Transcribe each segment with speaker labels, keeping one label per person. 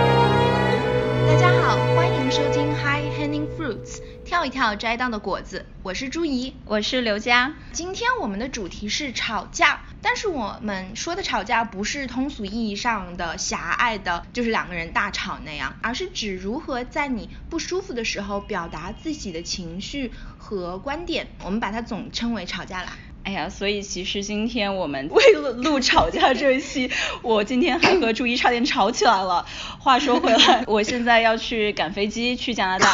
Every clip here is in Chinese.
Speaker 1: 大家好，欢迎收听 High Hanging Fruits，跳一跳摘到的果子。我是朱怡，
Speaker 2: 我是刘佳。
Speaker 1: 今天我们的主题是吵架，但是我们说的吵架不是通俗意义上的狭隘的，就是两个人大吵那样，而是指如何在你不舒服的时候表达自己的情绪和观点，我们把它总称为吵架啦。
Speaker 2: 哎呀，所以其实今天我们为了录吵架这一期，我今天还和朱一差点吵起来了。话说回来，我现在要去赶飞机去加拿 大，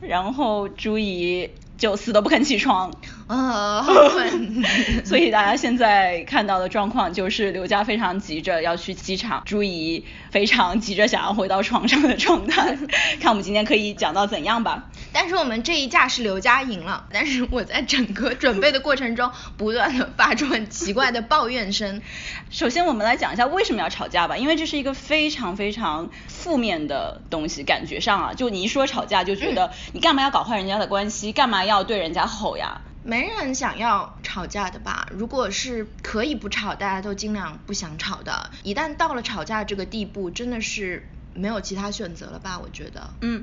Speaker 2: 然后朱怡就死都不肯起床。哦
Speaker 1: 呃， 好困。
Speaker 2: 所以大家现在看到的状况就是刘佳非常急着要去机场，朱怡非常急着想要回到床上的状态。看我们今天可以讲到怎样吧。
Speaker 1: 但是我们这一架是刘佳赢了，但是我在整个准备的过程中，不断的发出很奇怪的抱怨声。
Speaker 2: 首先，我们来讲一下为什么要吵架吧，因为这是一个非常非常负面的东西，感觉上啊，就你一说吵架，就觉得你干嘛要搞坏人家的关系，干嘛要对人家吼呀？
Speaker 1: 没人想要吵架的吧？如果是可以不吵，大家都尽量不想吵的。一旦到了吵架这个地步，真的是没有其他选择了吧？我觉得。
Speaker 2: 嗯，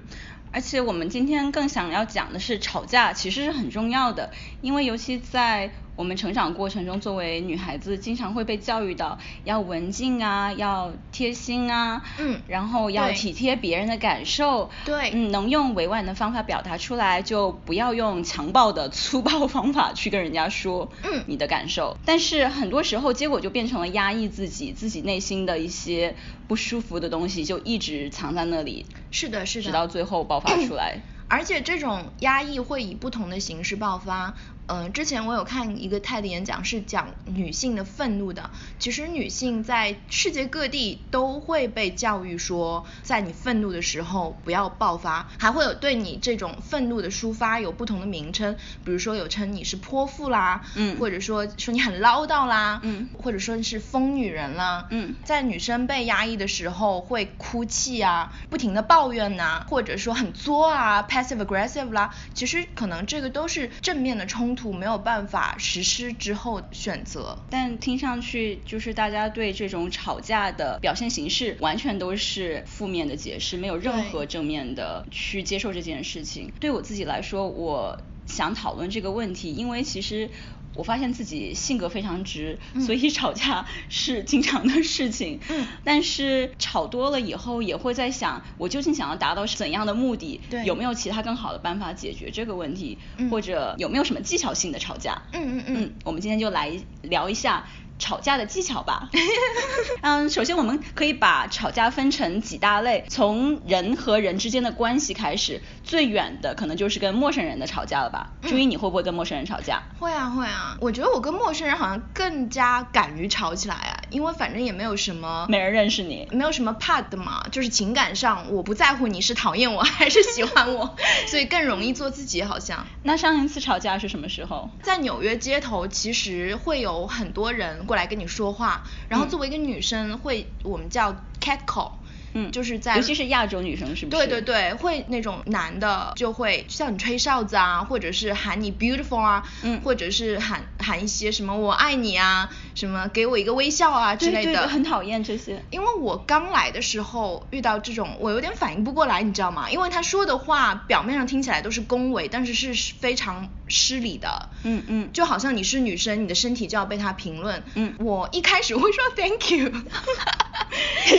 Speaker 2: 而且我们今天更想要讲的是，吵架其实是很重要的，因为尤其在我们成长过程中，作为女孩子，经常会被教育到要文静啊，要贴心啊，
Speaker 1: 嗯
Speaker 2: 然后要
Speaker 1: 对
Speaker 2: 体贴别人的感受，
Speaker 1: 对
Speaker 2: 嗯，能用委婉的方法表达出来，就不要用强暴的粗暴方法去跟人家说，
Speaker 1: 嗯
Speaker 2: 你的感受。但是很多时候，结果就变成了压抑自己，自己内心的一些不舒服的东西就一直藏在那里，
Speaker 1: 是的，是的。
Speaker 2: 直到最后爆发 出来。
Speaker 1: 而且这种压抑会以不同的形式爆发。嗯、之前我有看一个泰的演讲，是讲女性的愤怒的。其实女性在世界各地都会被教育说，在你愤怒的时候不要爆发，还会有对你这种愤怒的抒发有不同的名称，比如说有称你是泼妇啦，
Speaker 2: 嗯
Speaker 1: 或者说说你很唠叨啦，
Speaker 2: 嗯
Speaker 1: 或者说是疯女人啦，
Speaker 2: 嗯
Speaker 1: 在女生被压抑的时候会哭泣啊，不停的抱怨呐、或者说很作啊，passive aggressive 啦，其实可能这个都是正面的冲突没有办法实施之后的选择。
Speaker 2: 但听上去就是大家对这种吵架的表现形式完全都是负面的解释，没有任
Speaker 1: 对
Speaker 2: 何正面的去接受这件事情。对我自己来说，我想讨论这个问题，因为其实。我发现自己性格非常直，
Speaker 1: 嗯
Speaker 2: 所以吵架是经常的事情。
Speaker 1: 嗯
Speaker 2: 但是吵多了以后，也会在想，我究竟想要达到怎样的目的？
Speaker 1: 对
Speaker 2: 有没有其他更好的办法解决这个问题？
Speaker 1: 嗯
Speaker 2: 或者有没有什么技巧性的吵架？
Speaker 1: 嗯嗯嗯
Speaker 2: 嗯，我们今天就来聊一下吵架的技巧 吧。嗯，首先我们可以把吵架分成几大类，从人和人之间的关系开始，最远的可能就是跟陌生人的吵架了吧。
Speaker 1: 嗯
Speaker 2: 注意你会不会跟陌生人吵架？
Speaker 1: 会啊会啊，我觉得我跟陌生人好像更加敢于吵起来啊，因为反正也没有什么
Speaker 2: 没人认识你。
Speaker 1: 没有什么怕的嘛，就是情感上我不在乎你是讨厌我还是喜欢我，所以更容易做自己好像。
Speaker 2: 那上一次吵架是什么时候？
Speaker 1: 在纽约街头，其实会有很多人过来跟你说话，然后
Speaker 2: 嗯
Speaker 1: 作为一个女生会，我们叫 catcall，
Speaker 2: 嗯，
Speaker 1: 就是在
Speaker 2: 尤其是亚洲女生，是不
Speaker 1: 对
Speaker 2: 是？
Speaker 1: 对。对，会那种男的就会向你吹哨子啊，或者是喊你 beautiful 啊，
Speaker 2: 嗯
Speaker 1: 或者是喊喊一些什么我爱你啊，什么给我一个微笑啊之
Speaker 2: 对
Speaker 1: 类的，
Speaker 2: 对对很讨厌这些
Speaker 1: 因为我刚来的时候遇到这种，我有点反应不过来，你知道吗？因为他说的话表面上听起来都是恭维，但是是非常失礼的。
Speaker 2: 嗯嗯
Speaker 1: 就好像你是女生，你的身体就要被他评论。
Speaker 2: 嗯
Speaker 1: 我一开始会说 thank you。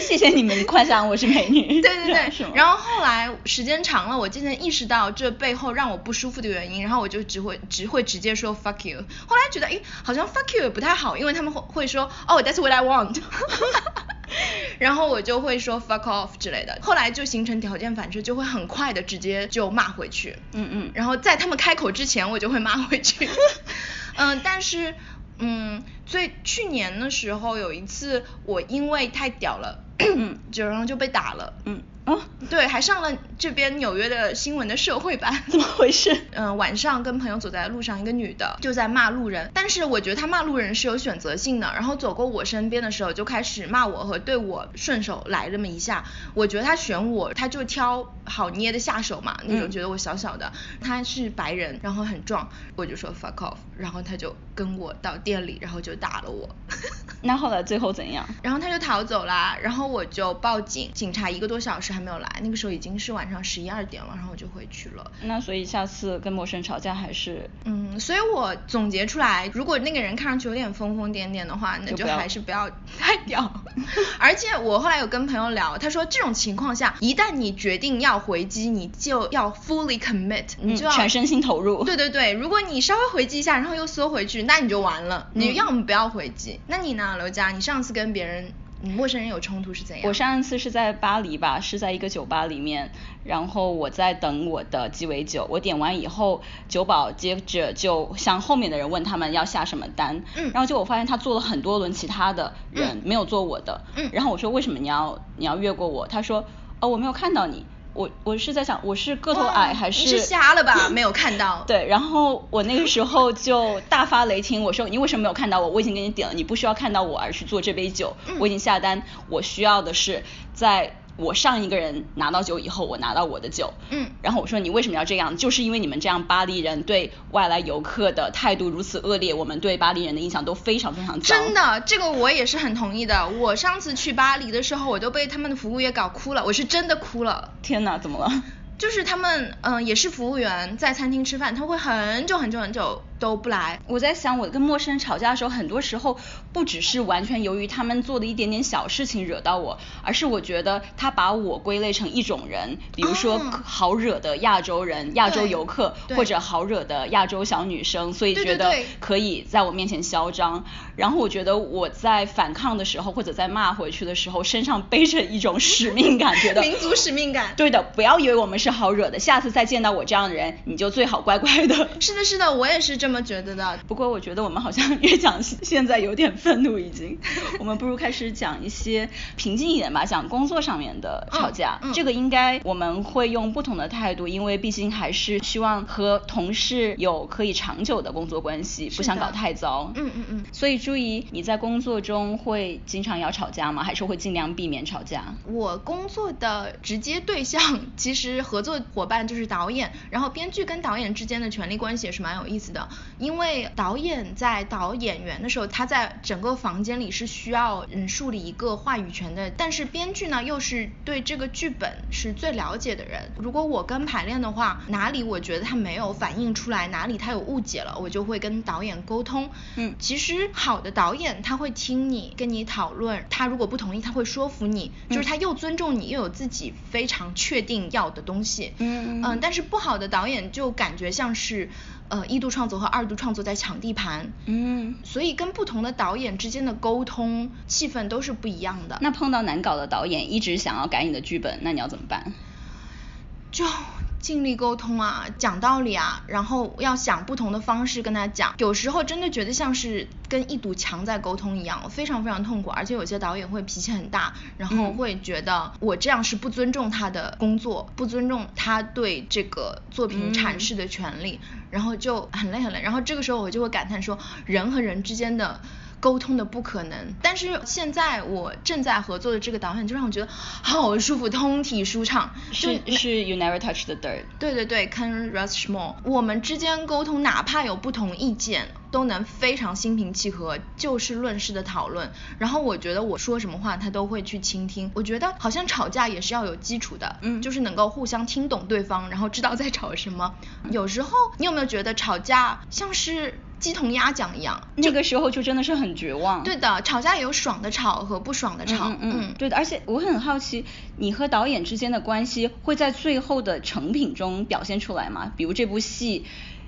Speaker 2: 谢谢你们夸奖我是美女。
Speaker 1: 对对
Speaker 2: 是
Speaker 1: 对
Speaker 2: 吗，
Speaker 1: 然后后来时间长了，我渐渐意识到这背后让我不舒服的原因，然后我就只会只会直接说 fuck you。后来觉得，诶，好像 fuck you 也不太好，因为他们会会说，哦、t h a t s what I want 。 然后我就会说 fuck off 之类的，后来就形成条件反射，就会很快的直接就骂回去。
Speaker 2: 嗯嗯
Speaker 1: 然后在他们开口之前，我就会骂回 去。嗯，但是，嗯，所以去年的时候有一次，我因为太屌了，
Speaker 2: 嗯
Speaker 1: 就然后就被打了。
Speaker 2: 嗯哦，
Speaker 1: 对，还上了这边纽约的新闻的社会版。
Speaker 2: 怎么回事？
Speaker 1: 嗯，晚上跟朋友走在路上，一个女的就在骂路人，但是我觉得她骂路人是有选择性的。然后走过我身边的时候，就开始骂我和对我顺手来这么一下。我觉得她选我，她就挑好捏的下手嘛，那种
Speaker 2: 嗯
Speaker 1: 觉得我小小的。她是白人，然后很壮，我就说 fuck off，然后她就跟我到店里，然后就打了我。
Speaker 2: 那后来最后怎样？
Speaker 1: 然后他就逃走啦，然后我就报警，警察一个多小时还没有来，那个时候已经是晚上十一二点了，然后我就回去了。
Speaker 2: 那所以下次跟陌生人吵架还是
Speaker 1: 嗯，所以我总结出来，如果那个人看上去有点疯疯癫癫的话，那
Speaker 2: 就
Speaker 1: 就
Speaker 2: 不要
Speaker 1: 还是不要太屌。 而且我后来有跟朋友聊，他说这种情况下，一旦你决定要回击，你就要 fully commit，你
Speaker 2: 嗯
Speaker 1: 就要、
Speaker 2: 全身心投入
Speaker 1: 对对对，如果你稍微回击一下，然后又缩回去，那你就完了。你
Speaker 2: 嗯
Speaker 1: 要么不要回击。那你呢，刘佳？你上次跟别人，你陌生人有冲突是怎样？
Speaker 2: 我上一次是在巴黎吧，是在一个酒吧里面，然后我在等我的鸡尾酒，我点完以后，酒保接着就向后面的人问他们要下什么单，
Speaker 1: 嗯
Speaker 2: 然后结果我发现他做了很多轮其他的人，
Speaker 1: 嗯
Speaker 2: 没有做我的，
Speaker 1: 嗯
Speaker 2: 然后我说为什么你要你要越过我？他说哦我没有看到你，我我是在想我是个头
Speaker 1: 哇
Speaker 2: 矮还
Speaker 1: 你
Speaker 2: 是
Speaker 1: 是瞎了吧没有看到
Speaker 2: 对，然后我那个时候就大发雷霆，我说你为什么没有看到我？我已经给你点了，你不需要看到我而去做这杯酒，
Speaker 1: 嗯
Speaker 2: 我已经下单，我需要的是在我上一个人拿到酒以后，我拿到我的酒。
Speaker 1: 嗯
Speaker 2: 然后我说你为什么要这样？就是因为你们这样巴黎人对外来游客的态度如此恶劣，我们对巴黎人的印象都非常非常糟。
Speaker 1: 真的，这个我也是很同意的。我上次去巴黎的时候，我都被他们的服务员搞哭了，我是真的哭了。
Speaker 2: 天哪，怎么了？
Speaker 1: 就是他们，嗯、也是服务员，在餐厅吃饭，他会很久很久很久都不来。
Speaker 2: 我在想，我跟陌生人吵架的时候，很多时候不只是完全由于他们做的一点点小事情惹到我，而是我觉得他把我归类成一种人，比如说
Speaker 1: 哦
Speaker 2: 好惹的亚洲人、亚洲
Speaker 1: 对
Speaker 2: 游客，
Speaker 1: 对
Speaker 2: 或者好惹的亚洲小女生，所以
Speaker 1: 对
Speaker 2: 觉
Speaker 1: 对
Speaker 2: 得
Speaker 1: 对
Speaker 2: 可以在我面前嚣张。然后我觉得我在反抗的时候，或者在骂回去的时候，身上背着一种使命感，觉得
Speaker 1: 民族使命感。
Speaker 2: 对的，不要以为我们是好惹的，下次再见到我这样的人，你就最好乖乖的。
Speaker 1: 是的，是的，我也是这么觉得的。
Speaker 2: 不过我觉得我们好像越讲现在有点愤怒已经， 我们不如开始讲一些平静一点吧，讲工作上面的吵架。
Speaker 1: 嗯嗯
Speaker 2: 这个应该我们会用不同的态度，因为毕竟还是希望和同事有可以长久的工作关系，不
Speaker 1: 是
Speaker 2: 想
Speaker 1: 的
Speaker 2: 搞太糟。
Speaker 1: 嗯嗯嗯
Speaker 2: 所以朱怡，你在工作中会经常要吵架吗？还是会尽量避免吵架？
Speaker 1: 我工作的直接对象，其实合作伙伴就是导演，然后编剧跟导演之间的权力关系也是蛮有意思的，因为导演在导演员的时候，他在整个房间里是需要嗯树立一个话语权的，但是编剧呢又是对这个剧本是最了解的人，如果我跟排练的话，哪里我觉得他没有反映出来，哪里他有误解了，我就会跟导演沟通，
Speaker 2: 嗯
Speaker 1: 其实好的导演他会听你，跟你讨论，他如果不同意，他会说服你，
Speaker 2: 嗯
Speaker 1: 就是他又尊重你，又有自己非常确定要的东西。
Speaker 2: 嗯嗯嗯
Speaker 1: 但是不好的导演就感觉像是，呃，一度创作和二度创作在抢地盘。
Speaker 2: 嗯
Speaker 1: 所以跟不同的导演之间的沟通气氛都是不一样的。
Speaker 2: 那碰到难搞的导演一直想要改你的剧本，那你要怎么办？
Speaker 1: 就尽力沟通啊，讲道理啊，然后要想不同的方式跟他讲。有时候真的觉得像是跟一堵墙在沟通一样，非常非常痛苦。而且有些导演会脾气很大，然后
Speaker 2: 嗯
Speaker 1: 会觉得我这样是不尊重他的工作，不尊重他对这个作品阐释的权利，然后就很累很累。然后这个时候我就会感叹说，人和人之间的。沟通的不可能，但是现在我正在合作的这个导演就让我觉得好舒服，通体舒畅，就是
Speaker 2: 是 You Never Touch the Dirt。
Speaker 1: 对对对，Ken Rushmore，我们之间沟通哪怕有不同意见，都能非常心平气和、就事论事的讨论。然后我觉得我说什么话，他都会去倾听。我觉得好像吵架也是要有基础的，
Speaker 2: 嗯
Speaker 1: 就是能够互相听懂对方，然后知道在吵什么。有时候你有没有觉得吵架像是鸡同鸭讲一样？
Speaker 2: 那个时候就真的是很绝望。
Speaker 1: 对的，吵架也有爽的吵和不爽的吵，
Speaker 2: 嗯嗯，对的。而且我很好奇，你和导演之间的关系会在最后的成品中表现出来吗？比如这部戏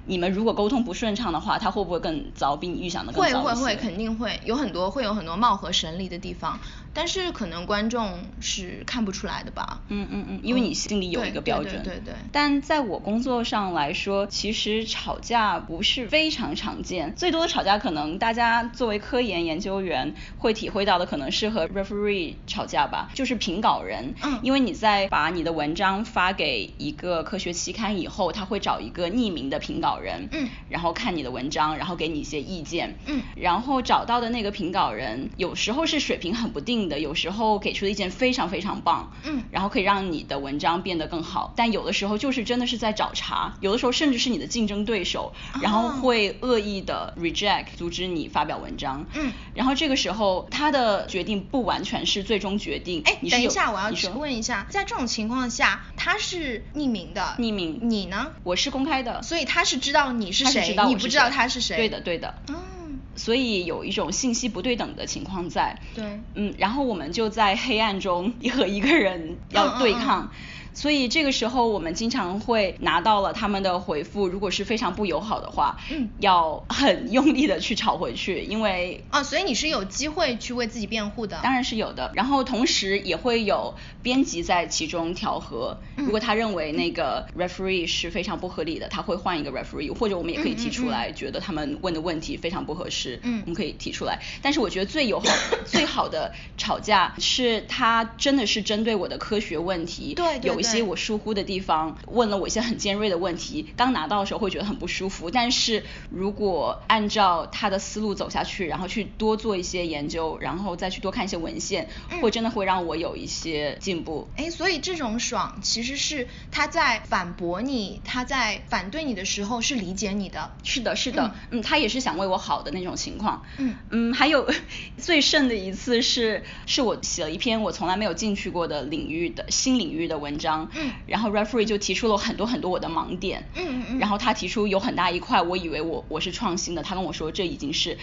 Speaker 2: 你们如果沟通不顺畅的话，它会不会更糟，比你预想的更
Speaker 1: 会
Speaker 2: 糟？
Speaker 1: 会会，肯。定会有很多会有很多貌合神离的地方，但是可能观众是看不出来的吧。
Speaker 2: 嗯嗯嗯，因为你心里有一个
Speaker 1: 对
Speaker 2: 标
Speaker 1: 对
Speaker 2: 准。
Speaker 1: 对对对
Speaker 2: 但在我工作上来说，其实吵架不是非常常见，最多的吵架可能大家作为科研研究员会体会到的，可能是和 referee 吵架吧，就是评稿人。
Speaker 1: 嗯
Speaker 2: 因为你在把你的文章发给一个科学期刊以后，他会找一个匿名的评稿人，
Speaker 1: 嗯
Speaker 2: 然后看你的文章，然后给你一些意见，
Speaker 1: 嗯
Speaker 2: 然后找到的那个评稿人，有时候是水平很不定的，有时候给出的意见非常非常棒，
Speaker 1: 嗯
Speaker 2: 然后可以让你的文章变得更好。但有的时候就是真的是在找茬，有的时候甚至是你的竞争对手，然后
Speaker 1: 哦
Speaker 2: 会恶意的 reject 阻止你发表文章。
Speaker 1: 嗯
Speaker 2: 然后这个时候他的决定不完全是最终决定。
Speaker 1: 哎
Speaker 2: 你，是
Speaker 1: 等一
Speaker 2: 有
Speaker 1: 下，我要
Speaker 2: 你说
Speaker 1: 问一下，在这种情况下，他是匿名的，
Speaker 2: 匿名
Speaker 1: 你呢？
Speaker 2: 我是公开的，
Speaker 1: 所以他是知道你是
Speaker 2: 他是
Speaker 1: 谁
Speaker 2: 知道
Speaker 1: 你
Speaker 2: 我
Speaker 1: 不
Speaker 2: 是
Speaker 1: 知道
Speaker 2: 谁
Speaker 1: 他是谁
Speaker 2: 对的，对的。
Speaker 1: 嗯，
Speaker 2: 所以有一种信息不对等的情况在。
Speaker 1: 对
Speaker 2: 嗯，然后我们就在黑暗中和一个人要对抗。
Speaker 1: 嗯嗯
Speaker 2: 所以这个时候，我们经常会拿到了他们的回复，如果是非常不友好的话，
Speaker 1: 嗯
Speaker 2: 要很用力的去吵回去，因为
Speaker 1: 哦，所以你是有机会去为自己辩护的。
Speaker 2: 当然是有的。然后同时也会有编辑在其中调和，
Speaker 1: 嗯
Speaker 2: 如果他认为那个 referee 是非常不合理的，他会换一个 referee，或者我们也可以提出来，
Speaker 1: 嗯嗯嗯
Speaker 2: 觉得他们问的问题非常不合适，
Speaker 1: 嗯
Speaker 2: 我们可以提出来。但是我觉得最 友好、最好的吵架是他真的是针对我的科学问题，
Speaker 1: 对对
Speaker 2: 有一些
Speaker 1: 对
Speaker 2: 我疏忽的地方，问了我一些很尖锐的问题，刚拿到的时候会觉得很不舒服，但是如果按照他的思路走下去，然后去多做一些研究，然后再去多看一些文献，
Speaker 1: 嗯
Speaker 2: 会真的会让我有一些进步。
Speaker 1: 哎，所以这种爽其实是他在反驳你，他在反对你的时候是理解你的。
Speaker 2: 是的，是的，嗯他也是想为我好的那种情况。
Speaker 1: 嗯
Speaker 2: 嗯，还有 最甚的一次是，是我写了一篇我从来没有进去过的领域的新领域的文章，
Speaker 1: 嗯
Speaker 2: 然后 referee 就提出了很多很多我的盲点，
Speaker 1: 嗯嗯嗯
Speaker 2: 然后他提出有很大一块，我以为我我是创新的，他跟我说这已经是。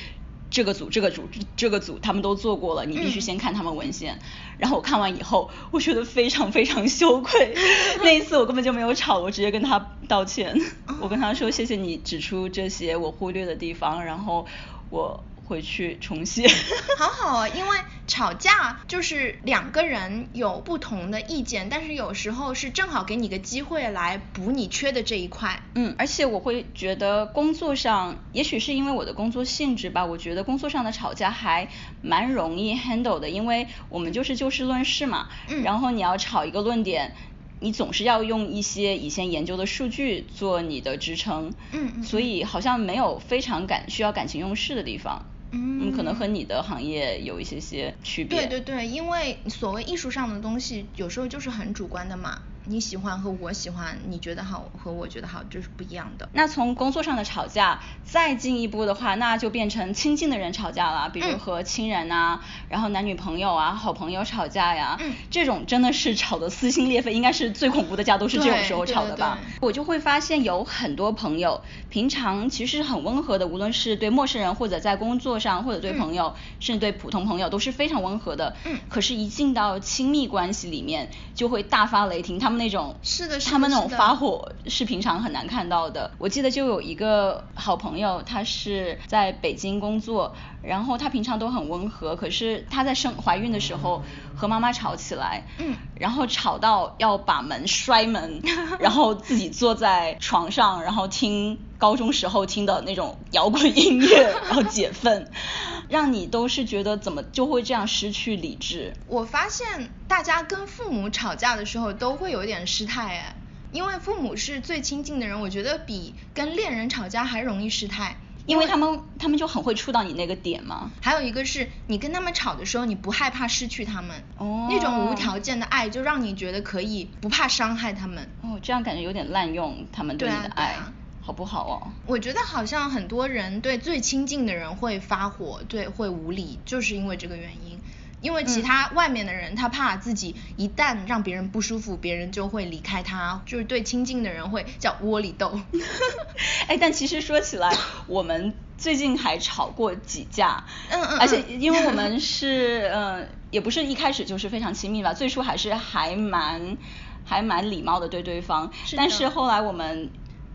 Speaker 2: 这个组、这个组、这个组，他们都做过了，你必须
Speaker 1: 嗯
Speaker 2: 先看他们文献。然后我看完以后，我觉得非常非常羞愧。那一次我根本就没有吵，我直接跟他道歉。
Speaker 1: 哦
Speaker 2: 我跟他说：“谢谢你指出这些我忽略的地方，然后我回去重写。
Speaker 1: 好好啊，因为吵架就是两个人有不同的意见，但是有时候是正好给你个机会来补你缺的这一块。
Speaker 2: 嗯，而且我会觉得工作上，也许是因为我的工作性质吧，我觉得工作上的吵架还蛮容易 handle 的，因为我们就是就事论事嘛。
Speaker 1: 嗯
Speaker 2: 然后你要吵一个论点，你总是要用一些以前研究的数据做你的支撑。
Speaker 1: 嗯嗯
Speaker 2: 所以好像没有非常感需要感情用事的地方。
Speaker 1: 嗯
Speaker 2: 可能和你的行业有一些些区别。
Speaker 1: 对对对，因为所谓艺术上的东西，有时候就是很主观的嘛。你喜欢和我喜欢，你觉得好和我觉得好，就是不一样的。
Speaker 2: 那从工作上的吵架再进一步的话，那就变成亲近的人吵架了，比如
Speaker 1: 嗯
Speaker 2: 和亲人啊，然后男女朋友啊、好朋友吵架呀，
Speaker 1: 嗯
Speaker 2: 这种真的是吵得撕心裂肺，应该是最恐怖的架都是这种
Speaker 1: 对
Speaker 2: 时候
Speaker 1: 对
Speaker 2: 吵
Speaker 1: 对
Speaker 2: 的吧？
Speaker 1: 对
Speaker 2: 我就会发现有很多朋友平常其实很温和的，无论是对陌生人或者在工作上，或者对
Speaker 1: 嗯
Speaker 2: 朋友，甚至对普通朋友都是非常温和的，
Speaker 1: 嗯
Speaker 2: 可是，一进到亲密关系里面，就会大发雷霆，他们那种
Speaker 1: 是的是
Speaker 2: 他们
Speaker 1: 的
Speaker 2: 那种
Speaker 1: 是的
Speaker 2: 发火是平常很难看到的。我记得就有一个好朋友，她是在北京工作，然后她平常都很温和，可是她在生怀孕的时候和妈妈吵起来，
Speaker 1: 嗯
Speaker 2: 然后吵到要把门摔 门，然后自己坐在床上，然后听高中时候听的那种摇滚音乐，然后解愤，让你都是觉得怎么就会这样失去理智。
Speaker 1: 我发现大家跟父母吵架的时候都会有点失态哎，因为父母是最亲近的人，我觉得比跟恋人吵架还容易失态。
Speaker 2: 因为他们他们就很会触到你那个点嘛。
Speaker 1: 还有一个是你跟他们吵的时候，你不害怕失去他们，
Speaker 2: 哦
Speaker 1: 那种无条件的爱就让你觉得可以不怕伤害他们。
Speaker 2: 哦，这样感觉有点滥用他们
Speaker 1: 对
Speaker 2: 你
Speaker 1: 啊
Speaker 2: 的
Speaker 1: 对
Speaker 2: 爱，
Speaker 1: 啊
Speaker 2: 好不好哦？
Speaker 1: 我觉得好像很多人对最亲近的人会发火，对，会无理，就是因为这个原因。因为其
Speaker 2: 嗯
Speaker 1: 他外面的人，他怕自己一旦让别人不舒服，别人就会离开他，就是对亲近的人会叫窝里斗。
Speaker 2: 哎，但其实说起来，我们最近还吵过几架，
Speaker 1: 嗯嗯
Speaker 2: 而且
Speaker 1: 嗯
Speaker 2: 因为我 们是呃，也不是一开始就是非常亲密吧，最初还是还蛮还蛮礼貌的对对方，
Speaker 1: 是
Speaker 2: 但
Speaker 1: 的
Speaker 2: 是后来我们。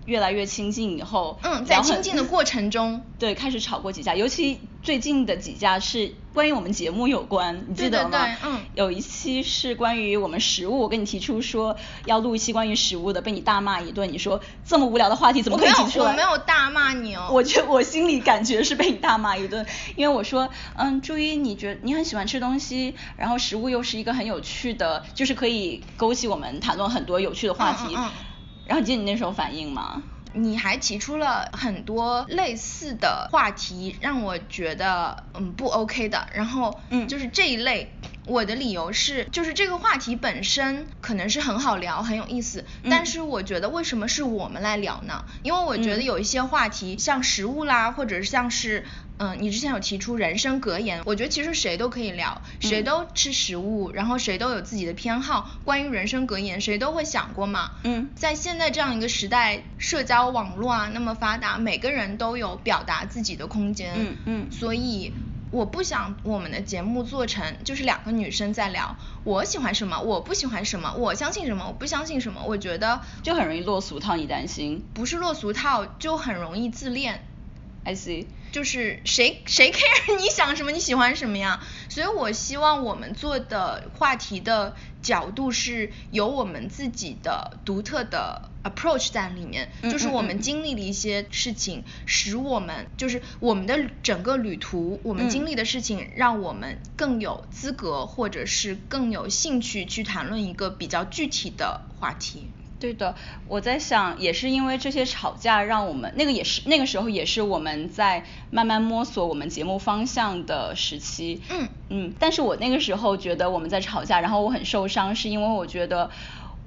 Speaker 2: 越来越亲近以后，
Speaker 1: 嗯，
Speaker 2: 然
Speaker 1: 在
Speaker 2: 后很
Speaker 1: 亲近的过程中，
Speaker 2: 对，开始吵过几架，尤其最近的几架是关于我们节目有关，你记
Speaker 1: 对
Speaker 2: 得
Speaker 1: 对
Speaker 2: 吗？
Speaker 1: 对嗯
Speaker 2: 有一期是关于我们食物，我跟你提出说要录一期关于食物的，被你大骂一顿，你说这么无聊的话题怎么
Speaker 1: 我
Speaker 2: 可
Speaker 1: 没
Speaker 2: 以
Speaker 1: 有
Speaker 2: 提出来？
Speaker 1: 我没有大骂你哦
Speaker 2: 我觉我心里感觉是被你大骂一顿，因为我说，嗯，朱一，你觉你很喜欢吃东西，然后食物又是一个很有趣的，就是可以勾起我们谈论很多有趣的话题。
Speaker 1: 嗯嗯嗯
Speaker 2: 然后你记得你那时候反应吗？
Speaker 1: 你还提出了很多类似的话题，让我觉得嗯不 OK 的。然后
Speaker 2: 嗯
Speaker 1: 就是这一类，我的理由是，就是这个话题本身可能是很好聊，很有意思，
Speaker 2: 嗯
Speaker 1: 但是我觉得为什么是我们来聊呢？因为我觉得
Speaker 2: 嗯
Speaker 1: 有一些话题，像食物啦，或者像是。嗯，你之前有提出人生格言，我觉得其实谁都可以聊，谁
Speaker 2: 嗯
Speaker 1: 都吃食物，然后谁都有自己的偏好。关于人生格言，谁都会想过嘛。
Speaker 2: 嗯
Speaker 1: 在现在这样一个时代，社交网络啊那么发达，每个人都有表达自己的空间。
Speaker 2: 嗯嗯
Speaker 1: 所以我不想我们的节目做成就是两个女生在聊，我喜欢什么，我不喜欢什么，我相信什么，我不相信什么。我觉得
Speaker 2: 就很容易落俗套，你担心
Speaker 1: 不是落俗套，就很容易自恋。
Speaker 2: ？I see。
Speaker 1: 就是谁谁 care 你想什么，你喜欢什么呀？所以我希望我们做的话题的角度是有我们自己的独特的 approach 在里面，
Speaker 2: 嗯
Speaker 1: 就是我
Speaker 2: 嗯
Speaker 1: 们
Speaker 2: 嗯
Speaker 1: 经历了一些事情，使我们就是我们的整个旅途，我们
Speaker 2: 嗯
Speaker 1: 经历的事情，让我们更有资格或者是更有兴趣去谈论一个比较具体的话题。
Speaker 2: 对的，我在想，也是因为这些吵架，让我们那个也是那个时候也是我们在慢慢摸索我们节目方向的时期。
Speaker 1: 嗯
Speaker 2: 嗯，但是我那个时候觉得我们在吵架，然后我很受伤，是因为我觉得。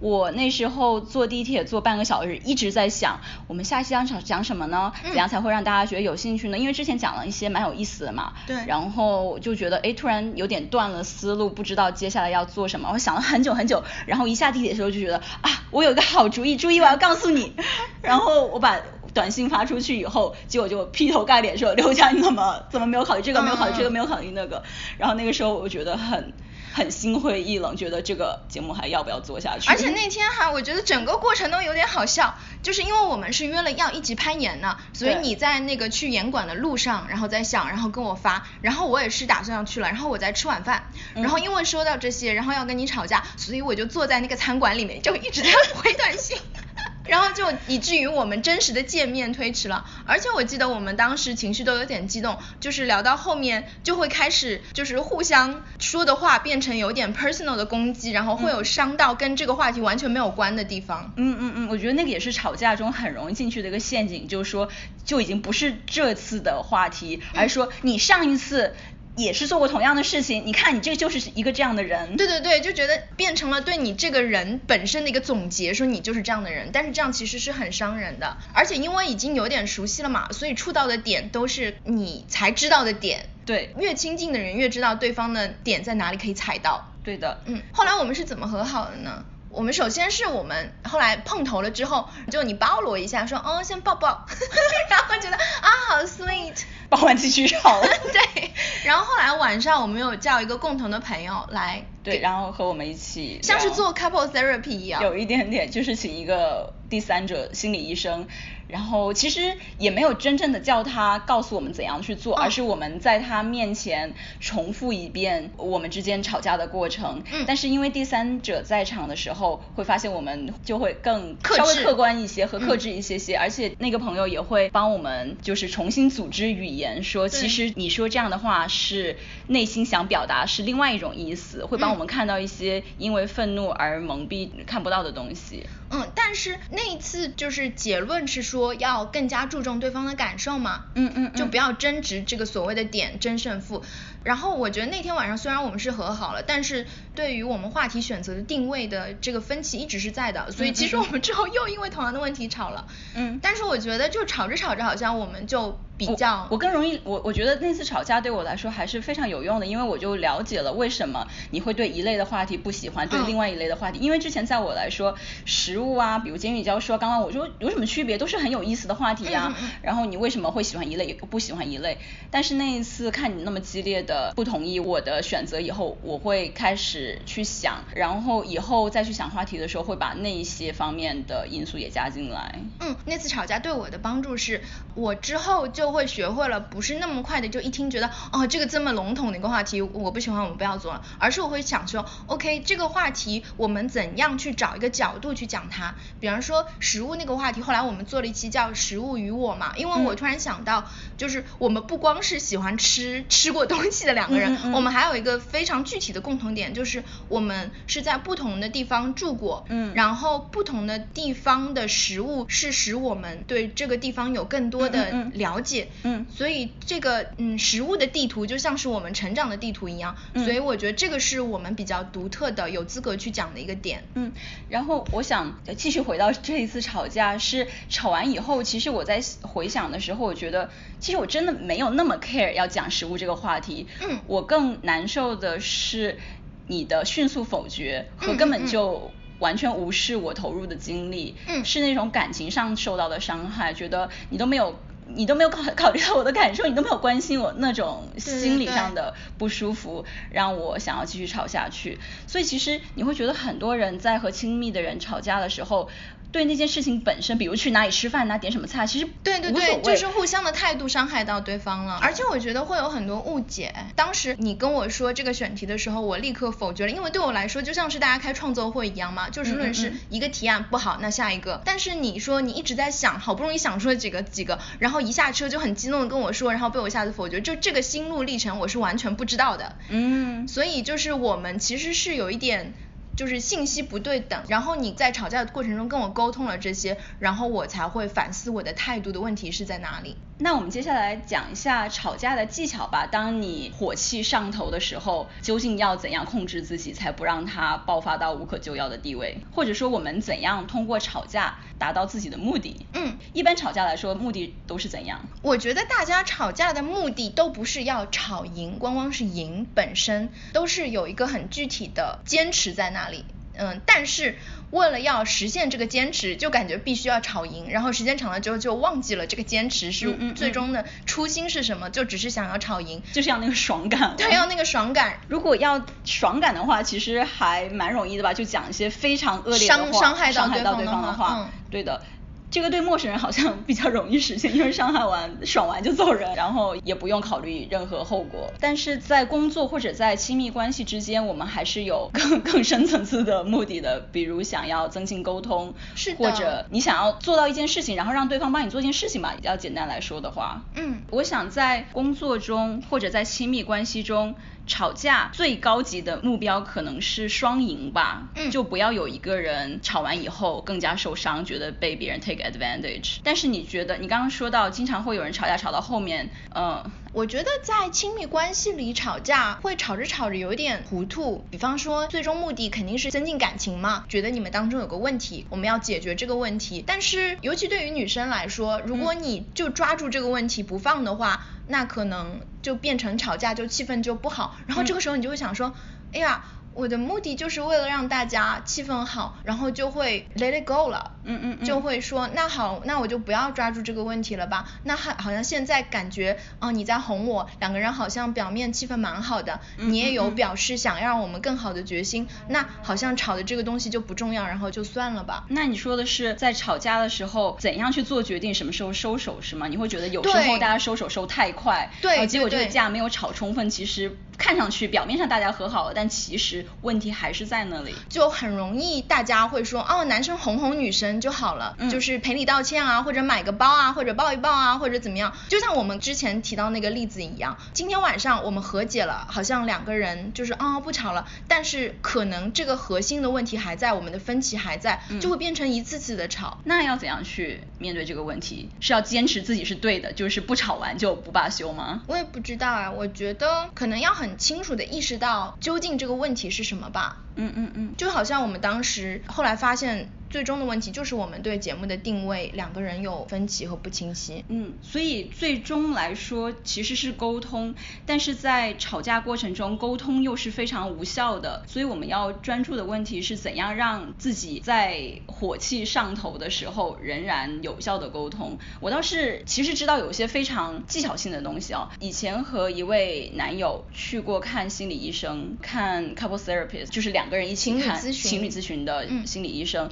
Speaker 2: 我那时候坐地铁坐半个小时，一直在想我们下期要讲讲什么呢？
Speaker 1: 嗯
Speaker 2: 怎样才会让大家觉得有兴趣呢？因为之前讲了一些蛮有意思的嘛，
Speaker 1: 对
Speaker 2: 然后就觉得诶，突然有点断了思路，不知道接下来要做什么。我想了很久很久，然后一下地铁的时候就觉得啊，我有一个好主意，注意我要告诉 你。然后我把短信发出去以后，结果就劈头盖脸说刘佳，你怎么怎么没有考虑这个，没有考虑这个，
Speaker 1: 嗯
Speaker 2: 没有考虑那个。然后那个时候我觉得很很心灰意冷，觉得这个节目还要不要做下去？
Speaker 1: 而且那天还我觉得整个过程都有点好笑，就是因为我们是约了要一起攀岩的，所以
Speaker 2: 对
Speaker 1: 你在那个去岩馆的路上，然后在想，然后跟我发，然后我也是打算要去了，然后我在吃晚饭，
Speaker 2: 嗯
Speaker 1: 然后因为说到这些，然后要跟你吵架，所以我就坐在那个餐馆里面，就一直 在回短信。 然后就以至于我们真实的见面推迟了，而且我记得我们当时情绪都有点激动，就是聊到后面就会开始就是互相说的话变成有点 personal 的攻击，然后会有伤到跟这个话题完全没有关的地方。
Speaker 2: 嗯嗯嗯，我觉得那个也是吵架中很容易进去的一个陷阱，就是说就已经不是这次的话题，而是说你上一次也是做过同样的事情，你看你这个就是一个这样的人。
Speaker 1: 对对对，就觉得变成了对你这个人本身的一个总结，说你就是这样的人，但是这样其实是很伤人的。而且因为已经有点熟悉了嘛，所以触到的点都是你才知道的点。
Speaker 2: 对
Speaker 1: 越亲近的人越知道对方的点在哪里可以踩到。
Speaker 2: 对的，
Speaker 1: 嗯，后来我们是怎么和好的呢？我们首先是我们后来碰头了之后，就你抱了我一下，说哦先抱抱， 然后觉得啊好 sweet，
Speaker 2: 抱完继续吵了。
Speaker 1: 对，然后后来晚上我们有叫一个共同的朋友来给，
Speaker 2: 对，然后和我们一起
Speaker 1: 像是
Speaker 2: 聊
Speaker 1: 做 couple therapy 一样，
Speaker 2: 有一点点，就是请一个第三者心理医生，然后其实也没有真正的叫他告诉我们怎样去做，
Speaker 1: 嗯
Speaker 2: 而是我们在他面前重复一遍我们之间吵架的过程。
Speaker 1: 嗯
Speaker 2: 但是因为第三者在场的时候，会发现我们就会更
Speaker 1: 克
Speaker 2: 稍微
Speaker 1: 制
Speaker 2: 客观一些和克
Speaker 1: 嗯
Speaker 2: 制一些些，而且那个朋友也会帮我们就是重新组织语言，说其
Speaker 1: 对
Speaker 2: 实你说这样的话是内心想表达是另外一种意思，会帮
Speaker 1: 嗯
Speaker 2: 我们看到一些因为愤怒而蒙蔽看不到的东西。
Speaker 1: 嗯，但是那一次就是结论是说要更加注重对方的感受嘛，
Speaker 2: 嗯嗯嗯
Speaker 1: 就不要争执这个所谓的点争胜负。然后我觉得那天晚上虽然我们是和好了，但是对于我们话题选择的定位的这个分歧一直是在的，所以其实
Speaker 2: 嗯嗯
Speaker 1: 我们之后又因为同样的问题吵了。
Speaker 2: 嗯
Speaker 1: 但是我觉得就吵着吵着好像我们就比
Speaker 2: 我
Speaker 1: 较
Speaker 2: 我更容易，我我觉得那次吵架对我来说还是非常有用的，因为我就了解了为什么你会对一类的话题不喜欢，对
Speaker 1: 嗯
Speaker 2: 另外一类的话题，因为之前在我来说，食物啊，比如煎鱼教授啊，刚刚我说有什么区别，都是很有意思的话题啊。
Speaker 1: 嗯嗯嗯
Speaker 2: 然后你为什么会喜欢一类，不喜欢一类？但是那一次看你那么激烈的不同意我的选择以后，我会开始始去想，然后以后再去想话题的时候，会把那一些方面的因素也加进来。
Speaker 1: 嗯，那次吵架对我的帮助是，我之后就会学会了，不是那么快的就一听觉得哦，这个这么笼统的一个话题，我不喜欢，我们不要做了，而是我会想说，OK，这个话题我们怎样去找一个角度去讲它？比方说食物那个话题，后来我们做了一期叫《食物与我》嘛，因为我
Speaker 2: 嗯
Speaker 1: 突然想到，就是我们不光是喜欢吃吃过东西的两个人，
Speaker 2: 嗯嗯嗯
Speaker 1: 我们还有一个非常具体的共同点，就是我们是在不同的地方住过，
Speaker 2: 嗯
Speaker 1: 然然后不同的地方的食物是使我们对这个地方有更多的
Speaker 2: 嗯嗯嗯
Speaker 1: 了解，
Speaker 2: 嗯
Speaker 1: 所以这个嗯食物的地图就像是我们成长的地图一样，
Speaker 2: 嗯
Speaker 1: 所以我觉得这个是我们比较独特的、有资格去讲的一个点。
Speaker 2: 嗯，然后我想呃继续回到这一次吵架，是吵完以后，其实我在回想的时候，我觉得其实我真的没有那么 care 要讲食物这个话题。
Speaker 1: 嗯
Speaker 2: 我更难受的是你的迅速否决和
Speaker 1: 嗯
Speaker 2: 根
Speaker 1: 嗯
Speaker 2: 本
Speaker 1: 嗯
Speaker 2: 就完全无视我投入的精力，
Speaker 1: 嗯
Speaker 2: 是那种感情上受到的伤害，觉得你都没有。你都没有考考虑到我的感受，你都没有关心我那种
Speaker 1: 对
Speaker 2: 心理
Speaker 1: 对
Speaker 2: 上的不舒服，让我想要继续吵下去。所以其实你会觉得很多人在和亲密的人吵架的时候，对那件事情本身，比如去哪里吃饭呐、点什么菜，其实
Speaker 1: 对对
Speaker 2: 无所
Speaker 1: 对
Speaker 2: 谓，
Speaker 1: 就是互相的态度伤害到对方了，而且我觉得会有很多误解。当时你跟我说这个选题的时候，我立刻否决了，因为对我来说就像是大家开创作会一样嘛，就事论
Speaker 2: 嗯
Speaker 1: 事
Speaker 2: 嗯嗯，
Speaker 1: 一个提案不好，那下一个。但是你说你一直在想，好不容易想出了几个几个，然后一下车就很激动的跟我说，然后被我一下子否决，就这个心路历程我是完全不知道的。
Speaker 2: 嗯
Speaker 1: 所以就是我们其实是有一点。就是信息不对等，然后你在吵架的过程中跟我沟通了这些，然后我才会反思我的态度的问题是在哪里。
Speaker 2: 那我们接下来讲一下吵架的技巧吧。当你火气上头的时候，究竟要怎样控制自己，才不让它爆发到无可救药的地位？或者说，我们怎样通过吵架达到自己的目的？
Speaker 1: 嗯，
Speaker 2: 一般吵架来说，目的都是怎样？
Speaker 1: 我觉得大家吵架的目的都不是要吵赢，光光是赢本身，都是有一个很具体的坚持在那里。嗯，但是为了要实现这个坚持，就感觉必须要吵赢，然后时间长了之后就忘记了这个坚持
Speaker 2: 嗯嗯
Speaker 1: 是
Speaker 2: 嗯
Speaker 1: 最终的初心是什么，就只是想要吵赢，
Speaker 2: 就是要那个爽感了。
Speaker 1: 对，要那个爽感，
Speaker 2: 如果要爽感的话，其实还蛮容易的吧，就讲一些非常恶劣的话，
Speaker 1: 伤伤害到
Speaker 2: 伤害到
Speaker 1: 对
Speaker 2: 方
Speaker 1: 方
Speaker 2: 的
Speaker 1: 的
Speaker 2: 话
Speaker 1: 话，嗯
Speaker 2: 对的。这个对陌生人好像比较容易实现，因为伤害完、爽完就走人，然后也不用考虑任何后果。但是在工作或者在亲密关系之间，我们还是有更更深层次的目的的，比如想要增进沟通，
Speaker 1: 是的
Speaker 2: 或者你想要做到一件事情，然后让对方帮你做一件事情吧。要简单来说的话，
Speaker 1: 嗯
Speaker 2: 我想在工作中或者在亲密关系中吵架，最高级的目标可能是双赢吧。
Speaker 1: 嗯
Speaker 2: 就不要有一个人吵完以后更加受伤，觉得被别人 take advantage。但是你觉得，你刚刚说到，经常会有人吵架吵到后面，嗯。
Speaker 1: 我觉得在亲密关系里吵架，会吵着吵着有一点糊涂。比方说，最终目的肯定是增进感情嘛，觉得你们当中有个问题，我们要解决这个问题。但是，尤其对于女生来说，如果你就抓住这个问题不放的话，那可能就变成吵架，就气氛就不好。然后这个时候你就会想说，哎呀。我的目的就是为了让大家气氛好，然后就会 let it go 了，
Speaker 2: 嗯嗯嗯
Speaker 1: 就会说那好，那我就不要抓住这个问题了吧。那还好像现在感觉，哦、你在哄我，两个人好像表面气氛蛮好的，
Speaker 2: 嗯
Speaker 1: 你也有
Speaker 2: 嗯嗯
Speaker 1: 表示想让我们更好的决心，那好像吵的这个东西就不重要，然后就算了吧。
Speaker 2: 那你说的是在吵架的时候怎样去做决定，什么时候收手是吗？你会觉得有时候
Speaker 1: 对
Speaker 2: 大家收手收太快，
Speaker 1: 对
Speaker 2: 然后结果这
Speaker 1: 对
Speaker 2: 个
Speaker 1: 对
Speaker 2: 架没有吵充分，其实看上去表面上大家和好了，但其实问题还是在那里。
Speaker 1: 就很容易大家会说，哦，男生哄哄女生就好了，
Speaker 2: 嗯
Speaker 1: 就是赔礼道歉啊，或者买个包啊，或者抱一抱啊，或者怎么样。就像我们之前提到那个例子一样，今天晚上我们和解了，好像两个人就是啊、哦、不吵了，但是可能这个核心的问题还在，我们的分歧还在，
Speaker 2: 嗯
Speaker 1: 就会变成一次次的吵。
Speaker 2: 那要怎样去面对这个问题？是要坚持自己是对的，就是不吵完就不罢休吗？
Speaker 1: 我也不知道啊，我觉得可能要很清楚的意识到究竟这个问题是什么吧。
Speaker 2: 嗯嗯嗯，
Speaker 1: 就好像我们当时后来发现。最终的问题就是我们对节目的定位两个人有分歧和不清晰。
Speaker 2: 嗯，所以最终来说其实是沟通，但是在吵架过程中，沟通又是非常无效的。所以我们要专注的问题是怎样让自己在火气上头的时候仍然有效的沟通。我倒是其实知道有一些非常技巧性的东西哦。以前和一位男友去过看心理医生，看 couple therapist，就是两个人一起
Speaker 1: 情侣
Speaker 2: 看
Speaker 1: 咨询
Speaker 2: 情侣咨询的
Speaker 1: 嗯
Speaker 2: 心理医生。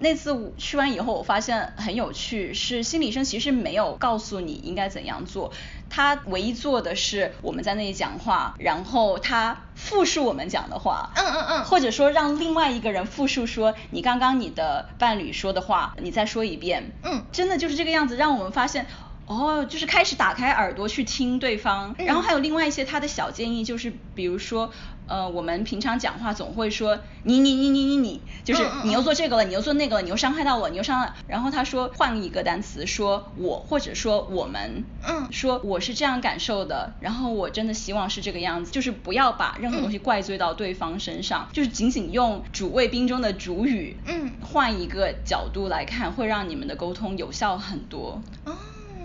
Speaker 2: 那次我去完以后，我发现很有趣，是心理医生其实没有告诉你应该怎样做，他唯一做的是我们在那里讲话，然后他复述我们讲的话，
Speaker 1: 嗯嗯嗯
Speaker 2: 或者说让另外一个人复述说你刚刚你的伴侣说的话，你再说一遍，
Speaker 1: 嗯
Speaker 2: 真的就是这个样子，让我们发现。哦，就是开始打开耳朵去听对方，
Speaker 1: 嗯
Speaker 2: 然后还有另外一些他的小建议，就是比如说，呃，我们平常讲话总会说你你你你你你，就是
Speaker 1: 嗯嗯
Speaker 2: 你又
Speaker 1: 嗯
Speaker 2: 做这个了，你又做那个了，你又伤害到我，你又伤害。然后他说换一个单词，说我或者说我们，
Speaker 1: 嗯
Speaker 2: 说我是这样感受的，然后我真的希望是这个样子，就是不要把任何东西
Speaker 1: 嗯
Speaker 2: 怪罪到对方身上，就是仅仅用主谓宾中的主语，
Speaker 1: 嗯
Speaker 2: 换一个角度来看，会让你们的沟通有效很多。
Speaker 1: 哦，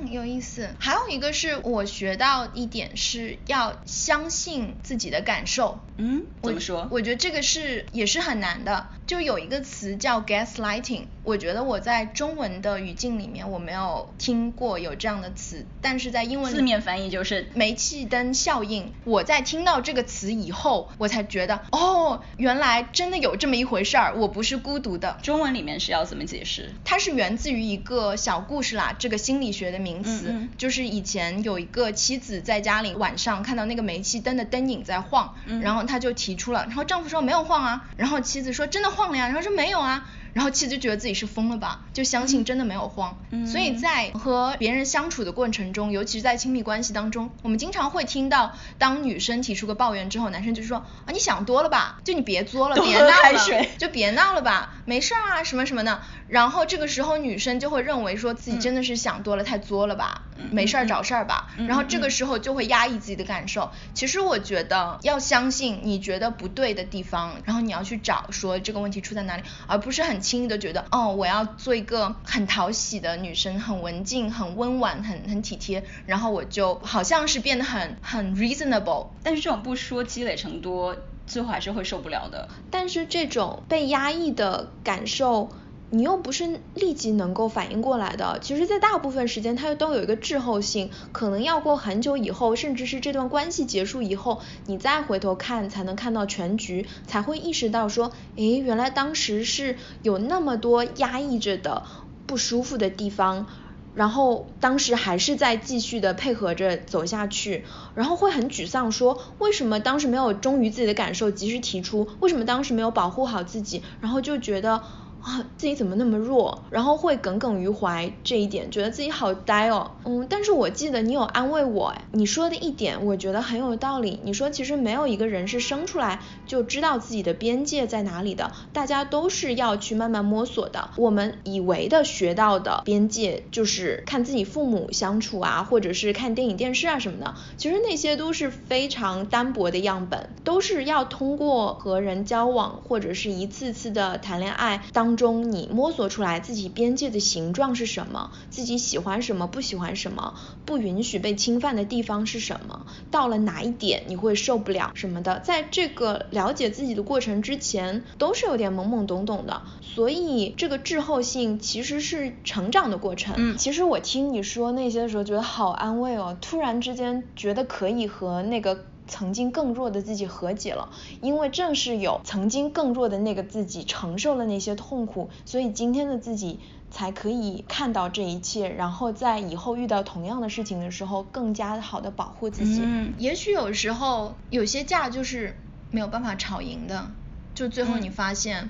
Speaker 1: 有意思。还有一个是我学到一点是要相信自己的感受。
Speaker 2: 嗯
Speaker 1: 我
Speaker 2: 怎么说
Speaker 1: 我觉得这个是也是很难的。就有一个词叫 gaslighting，我觉得我在中文的语境里面我没有听过有这样的词，但是在英文里
Speaker 2: 字面翻译就是
Speaker 1: 煤气灯效应。我在听到这个词以后，我才觉得哦，原来真的有这么一回事儿，我不是孤独的。
Speaker 2: 中文里面是要怎么解释？
Speaker 1: 它是源自于一个小故事啦，这个心理学的名词，
Speaker 2: 嗯嗯
Speaker 1: 就是以前有一个妻子在家里晚上看到那个煤气灯的灯影在晃，
Speaker 2: 嗯
Speaker 1: 然后她就提出了，然后丈夫说没有晃啊，然后妻子说真的晃了呀，然后说没有啊，然后妻子就觉得自己是疯了吧，就相信真的没有晃，
Speaker 2: 嗯
Speaker 1: 所以在和别人相处的过程中，尤其是在亲密关系当中，我们经常会听到，当女生提出个抱怨之后，男生就说啊你想多了吧，就你别作 了，
Speaker 2: 多
Speaker 1: 别
Speaker 2: 喝
Speaker 1: 闹了
Speaker 2: 开，水
Speaker 1: 就别闹了吧，没事儿啊，什么什么的。然后这个时候女生就会认为说自己真的是想多了，太作了吧，
Speaker 2: 嗯
Speaker 1: 没事儿
Speaker 2: 嗯
Speaker 1: 找事儿吧。
Speaker 2: 嗯
Speaker 1: 然后
Speaker 2: 嗯
Speaker 1: 这个
Speaker 2: 嗯
Speaker 1: 时候就会压抑自己的感受。其实我觉得要相信你觉得不对的地方，然后你要去找说这个问题出在哪里，而不是很轻易的觉得哦，我要做一个很讨喜的女生，很文静、很温婉、很很体贴，然后我就好像是变得很很 reasonable，
Speaker 2: 但是这种不说积累成多，最后还是会受不了的。
Speaker 3: 但是这种被压抑的感受，你又不是立即能够反应过来的。其实，在大部分时间，它都有一个滞后性，可能要过很久以后，甚至是这段关系结束以后，你再回头看，才能看到全局，才会意识到说，诶，原来当时是有那么多压抑着的不舒服的地方。然后当时还是在继续的配合着走下去，然后会很沮丧说，为什么当时没有忠于自己的感受，及时提出？为什么当时没有保护好自己？然后就觉得啊，自己怎么那么弱？然后会耿耿于怀这一点，觉得自己好呆哦。嗯，但是我记得你有安慰我，哎你说的一点我觉得很有道理。你说其实没有一个人是生出来就知道自己的边界在哪里的，大家都是要去慢慢摸索的。我们以为的学到的边界就是看自己父母相处啊，或者是看电影电视啊什么的，其实那些都是非常单薄的样本，都是要通过和人交往或者是一次次的谈恋爱当中，你摸索出来自己边界的形状是什么，自己喜欢什么，不喜欢什么，不允许被侵犯的地方是什么，到了哪一点你会受不了什么的，在这个了解自己的过程之前，都是有点懵懵懂懂的，所以这个滞后性其实是成长的过程。
Speaker 2: 嗯
Speaker 3: 其实我听你说那些的时候，觉得好安慰哦，突然之间觉得可以和那个。曾经更弱的自己和解了，因为正是有曾经更弱的那个自己承受了那些痛苦，所以今天的自己才可以看到这一切，然后在以后遇到同样的事情的时候，更加好的保护自己。
Speaker 2: 嗯
Speaker 1: 也许有时候有些架就是没有办法吵赢的，就最后你
Speaker 2: 嗯
Speaker 1: 发现，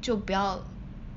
Speaker 1: 就不要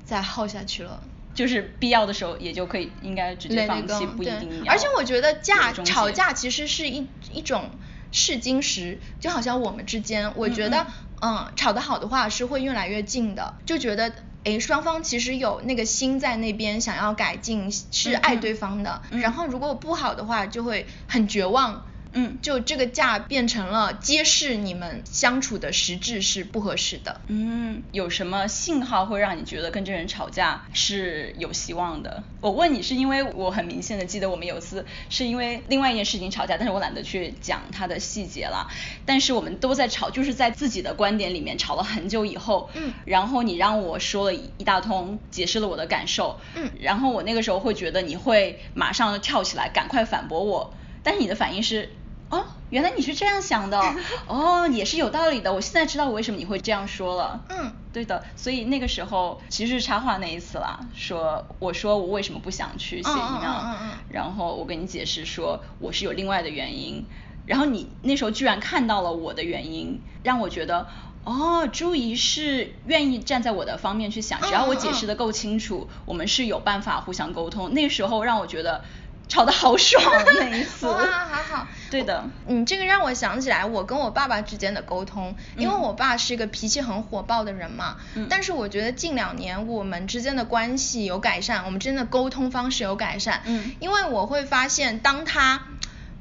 Speaker 1: 再耗下去了。
Speaker 2: 就是必要的时候也就可以应该直接
Speaker 1: 对
Speaker 2: 放弃，
Speaker 1: 对
Speaker 2: 不一定要
Speaker 1: 而且我觉得架
Speaker 2: 有终结
Speaker 1: 吵架其实是一一种试金石，就好像我们之间，我
Speaker 2: 嗯
Speaker 1: 觉
Speaker 2: 嗯
Speaker 1: 得嗯吵得好的话是会越来越近的，就觉得。诶，双方其实有那个心在那边，想要改进，是
Speaker 2: 嗯
Speaker 1: 爱
Speaker 2: 嗯
Speaker 1: 对方的。
Speaker 2: 嗯
Speaker 1: 然后如果不好的话，就会很绝望。
Speaker 2: 嗯
Speaker 1: 就这个架变成了揭示你们相处的实质是不合适的。
Speaker 2: 嗯，有什么信号会让你觉得跟这人吵架是有希望的？我问你是因为我很明显的记得我们有一次是因为另外一件事情吵架，但是我懒得去讲它的细节了。但是我们都在吵，就是在自己的观点里面吵了很久以后，
Speaker 1: 嗯
Speaker 2: 然后你让我说了一一大通，解释了我的感受，
Speaker 1: 嗯
Speaker 2: 然后我那个时候会觉得你会马上跳起来，赶快反驳我，但是你的反应是。哦，原来你是这样 想的哦哦，也是有道理的。我现在知道我为什么你会这样说了。
Speaker 1: 嗯
Speaker 2: 对的。所以那个时候其实是插话那一次啦，说我说我为什么不想去写
Speaker 1: 嗯
Speaker 2: 一
Speaker 1: 嗯
Speaker 2: 呢？
Speaker 1: 嗯嗯嗯
Speaker 2: 然后我跟你解释说我是有另外的原因，然后你那时候居然看到了我的原因，让我觉得。哦，朱怡是愿意站在我的方面去
Speaker 1: 嗯
Speaker 2: 想，只要我解释的够清楚，我们是有办法互相沟通。那时候让我觉得吵得好爽那一次。
Speaker 1: 嗯哇，好好。
Speaker 2: 对的。
Speaker 1: 你嗯这个让我想起来我跟我爸爸之间的沟通，因为
Speaker 2: 嗯
Speaker 1: 我爸是一个脾气很火爆的人嘛。
Speaker 2: 嗯
Speaker 1: 但是我觉得近两年我们之间的关系有改善，我们之间的沟通方式有改善。
Speaker 2: 嗯
Speaker 1: 因为我会发现，当他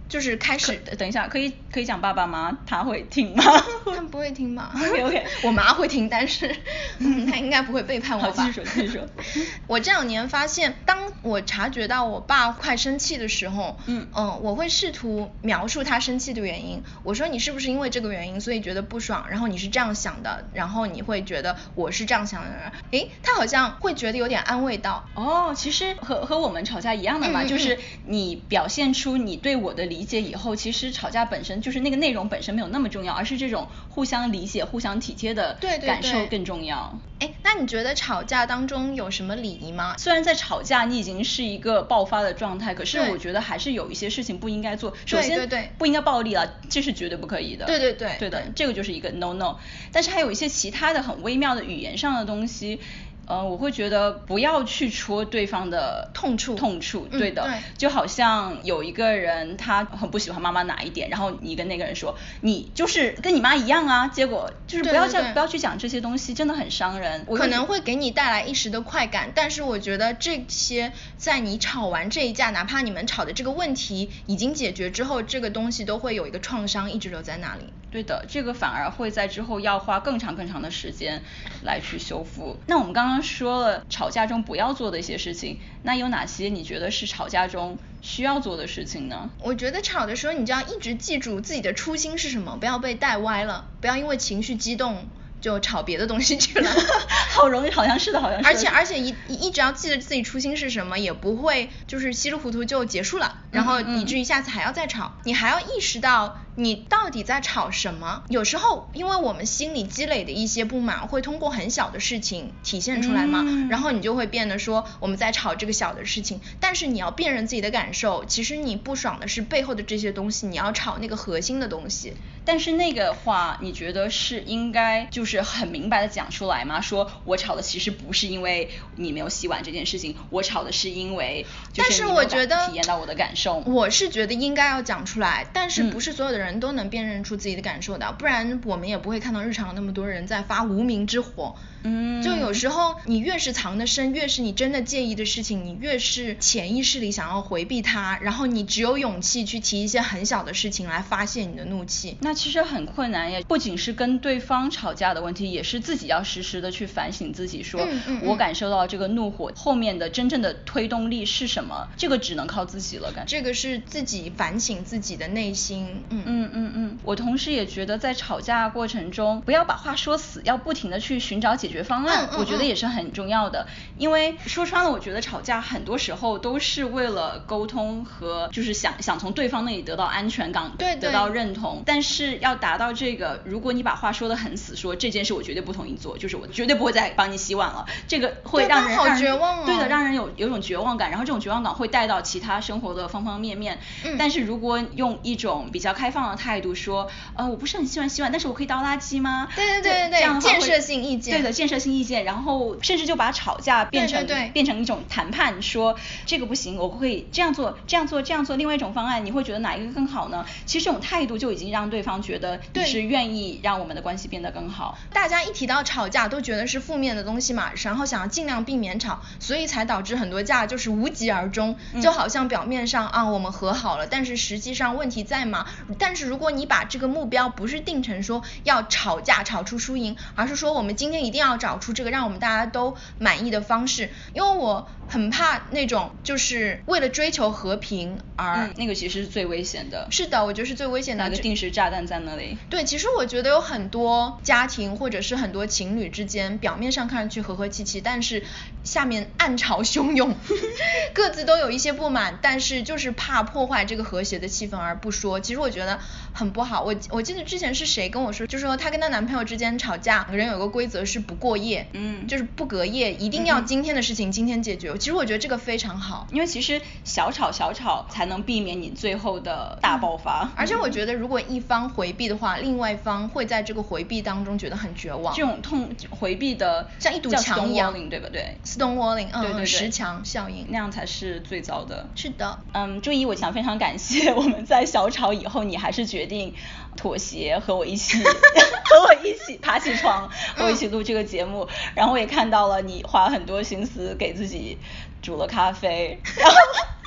Speaker 1: 就是开始，
Speaker 2: 可等一下，可以可以讲爸爸吗？他会 听吗？
Speaker 1: 他不会听 吧
Speaker 2: OK，OK
Speaker 1: 我妈会听，但 是、嗯、她应该不会背叛我
Speaker 2: 好
Speaker 1: 吧？
Speaker 2: 继续说继续说
Speaker 1: 我这两年发现，当我察觉到我爸快生气的时候，
Speaker 2: 嗯
Speaker 1: 我会试图描述他生气的原因。我说你是不是因为这个原因所以觉得不爽？然后你是这样想的，然后你会觉得我是这样想的。诶，他好像会觉得有点安慰到。
Speaker 2: 哦，其实和和我们吵架一样的嘛，
Speaker 1: 嗯嗯
Speaker 2: 就是
Speaker 1: 嗯
Speaker 2: 你表现出你对我的理解以后，其实吵架本身就是那个内容本身没有那么重要，而是这种互相理解、互相体贴的
Speaker 1: 对对
Speaker 2: 感受
Speaker 1: 对
Speaker 2: 更重要。
Speaker 1: 诶，那你觉得吵架当中有什么礼仪吗？
Speaker 2: 虽然在吵架，你已经是一个爆发的状态，可是
Speaker 1: 对
Speaker 2: 我觉得还是有一些事情不应该做。首
Speaker 1: 对
Speaker 2: 先，
Speaker 1: 对对
Speaker 2: 不应该暴力了，这是绝对不可以的。
Speaker 1: 对对对
Speaker 2: 对的
Speaker 1: 对，
Speaker 2: 这个就是一个 no no。但是还有一些其他的很微妙的语言上的东西。呃，我会觉得不要去戳对方的
Speaker 1: 痛处
Speaker 2: 痛处，
Speaker 1: 嗯
Speaker 2: 对的，
Speaker 1: 对
Speaker 2: 就好像有一个人他很不喜欢妈妈哪一点，然后你跟那个人说，你就是跟你妈一样啊，结果就是
Speaker 1: 对
Speaker 2: 不要
Speaker 1: 对
Speaker 2: 这样
Speaker 1: 对
Speaker 2: 不要去讲这些东西，真的很伤人。我
Speaker 1: 可
Speaker 2: 就
Speaker 1: 能会给你带来一时的快感，但是我觉得这些在你吵完这一架，哪怕你们吵的这个问题已经解决之后，这个东西都会有一个创伤一直留在那里。
Speaker 2: 对的，这个反而会在之后要花更长更长的时间来去修复。那我们刚刚说了吵架中不要做的一些事情，那有哪些你觉得是吵架中需要做的事情呢？
Speaker 1: 我觉得吵的时候，你就要一直记住自己的初心是什么，不要被带歪了，不要因为情绪激动就吵别的东西去了。
Speaker 2: 好容易，好像是的，好像是的。
Speaker 1: 而且而且一一直要记得自己初心是什么，也不会就是稀里糊涂就结束了，然后
Speaker 2: 嗯嗯
Speaker 1: 以至于下次还要再吵。你还要意识到你到底在吵什么。有时候因为我们心里积累的一些不满，会通过很小的事情体现出来嘛，
Speaker 2: 嗯
Speaker 1: 然后你就会变得说我们在吵这个小的事情，但是你要辨认自己的感受，其实你不爽的是背后的这些东西，你要吵那个核心的东西。
Speaker 2: 但是那个话，你觉得是应该就是很明白的讲出来吗？说我吵的其实不是因为你没有洗碗这件事情，我吵的是因为就
Speaker 1: 但
Speaker 2: 是
Speaker 1: 是
Speaker 2: 你没
Speaker 1: 我
Speaker 2: 有感
Speaker 1: 觉得
Speaker 2: 体验到我的感受。
Speaker 1: 我是觉得应该要讲出来，但是
Speaker 2: 嗯
Speaker 1: 不是所有的人都能辨认出自己的感受的，不然我们也不会看到日常那么多人在发无名之火。
Speaker 2: 嗯
Speaker 1: 就有时候你越是藏得深，越是你真的介意的事情，你越是潜意识里想要回避它，然后你只有勇气去提一些很小的事情来发泄你的怒气。
Speaker 2: 那其实很困难耶，不仅是跟对方吵架的问题，也是自己要时时的去反省自己说，
Speaker 1: 嗯嗯嗯
Speaker 2: 我感受到这个怒火后面的真正的推动力是什么，这个只能靠自己了，感觉。
Speaker 1: 这个是自己反省自己的内心，
Speaker 2: 嗯嗯嗯，我同时也觉得在吵架过程中，不要把话说死，要不停的去寻找解决方案，
Speaker 1: 嗯嗯
Speaker 2: 我觉得
Speaker 1: 嗯
Speaker 2: 也是很重要的。因为说穿了，我觉得吵架很多时候都是为了沟通和就是想想从对方那里得到安全感，
Speaker 1: 对
Speaker 2: 得
Speaker 1: 对
Speaker 2: 到认同。但是要达到这个，如果你把话说的很死，说这件事我绝对不同意做，就是我绝对不会再帮你洗碗了，这个会
Speaker 1: 对
Speaker 2: 让
Speaker 1: 但
Speaker 2: 人
Speaker 1: 好
Speaker 2: 让人
Speaker 1: 绝望哦
Speaker 2: 对的，让人有有一种绝望感，然后这种绝望感会带到其他生活的方方面面。
Speaker 1: 嗯
Speaker 2: 但是如果用一种比较开放的态度说，呃，我不是很喜欢洗碗，但是我可以倒垃圾吗？
Speaker 1: 对对
Speaker 2: 这
Speaker 1: 对对对
Speaker 2: 这样的话会
Speaker 1: 建设性意见
Speaker 2: 对的，建设性意见，然后甚至就把吵架变成
Speaker 1: 对对对
Speaker 2: 变成一种谈判，说这个不行，我可以这样做，这样做，这样做，另外一种方案，你会觉得哪一个更好呢？其实这种态度就已经让对方觉得你
Speaker 1: 对
Speaker 2: 是愿意让我们的关系变得更好。
Speaker 1: 大家一提到吵架，都觉得是负面的东西嘛，然后想要尽量避免吵，所以才导致很多架就是无疾而终，
Speaker 2: 嗯
Speaker 1: 就好像表面上啊我们和好了，但是实际上问题在嘛。但是如果你把这个目标不是定成说要吵架吵出输赢，而是说我们今天一定要找出这个让我们大家都满意的方式，因为我很怕那种就是为了追求和平而、
Speaker 2: 嗯那个其实是最危险的，
Speaker 1: 是的，我觉得是最危险的
Speaker 2: 那个
Speaker 1: 这
Speaker 2: 定时炸弹在那里。
Speaker 1: 对，其实我觉得有很多家庭或者是很多情侣之间，表面上看上去和和气气，但是下面暗潮汹涌， 各自都有一些不满，但是就是怕破坏这个和谐的气氛而不说。其实我觉得很不好。我我记得之前是谁跟我说，就说她跟她男朋友之间吵架，两个人有个规则是不过夜，
Speaker 2: 嗯
Speaker 1: 就是不隔夜，一定要今天的事情今天解决。其实我觉得这个非常好。
Speaker 2: 因为其实小吵小吵才能避免你最后的大爆发，
Speaker 1: 嗯而且我觉得，如果一方回避的话，另外一方会在这个回避当中觉得很绝望。
Speaker 2: 这种痛回避的
Speaker 1: 像一堵
Speaker 2: 叫
Speaker 1: 墙一样
Speaker 2: stonewalling，对不对？
Speaker 1: Stonewalling，嗯，
Speaker 2: 对对对，
Speaker 1: 石墙效应。
Speaker 2: 那样才是最糟的。
Speaker 1: 是的，
Speaker 2: 嗯，朱怡，我想非常感谢我们在小吵以后，你还是决定妥协，和我 一起，和我一起爬起床，和
Speaker 1: 嗯
Speaker 2: 我一起录这个节目。然后我也看到了你花很多心思给自己煮了咖啡，然后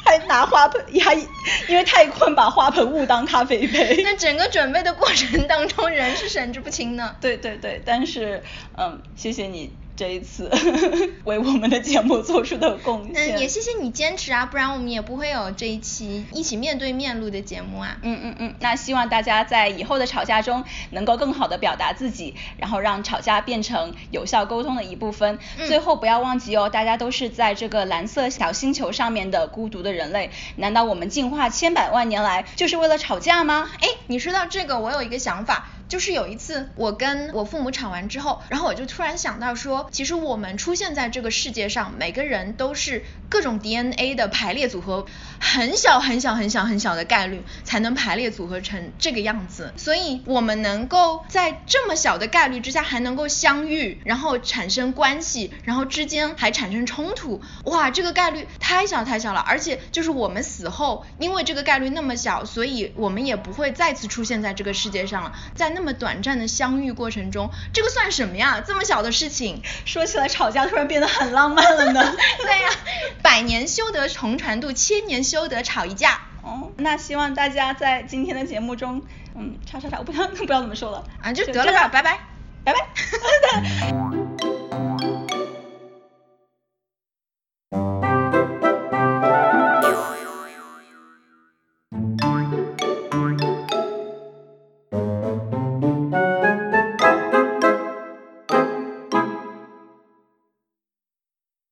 Speaker 2: 还拿花盆，还因为太困把花盆误当咖啡杯。
Speaker 1: 那整个准备的过程当中，人是神志不清的。
Speaker 2: 对对对，但是嗯，谢谢你这一次 为我们的节目做出的贡献。
Speaker 1: 嗯，也谢谢你坚持啊，不然我们也不会有这一期一起面对面录的节目啊。
Speaker 2: 嗯嗯嗯，那希望大家在以后的吵架中能够更好的表达自己，然后让吵架变成有效沟通的一部分。
Speaker 1: 嗯
Speaker 2: 最后不要忘记哦，大家都是在这个蓝色小星球上面的孤独的人类，难道我们进化千百万年来就是为了吵架吗？
Speaker 1: 哎，你说到这个，我有一个想法，就是有一次我跟我父母吵完之后，然后我就突然想到说，其实我们出现在这个世界上，每个人都是各种 DNA 的排列组合，很小很小很小很小的概率才能排列组合成这个样子，所以我们能够在这么小的概率之下还能够相遇，然后产生关系，然后之间还产生冲突，哇，这个概率太小太小了，而且就是我们死后，因为这个概率那么小，所以我们也不会再次出现在这个世界上了。在那么短暂的相遇过程中，这个算什么呀？这么小的事情。
Speaker 2: 说起来吵架突然变得很浪漫了呢。
Speaker 1: 对呀、百年修得同船渡，千年修得吵一架。
Speaker 2: 哦，那希望大家在今天的节目中，嗯，叉叉叉，我
Speaker 1: 啊
Speaker 2: 不知道不知道怎么说了
Speaker 1: 啊就得了吧
Speaker 2: 这样
Speaker 1: 拜拜
Speaker 2: 拜拜。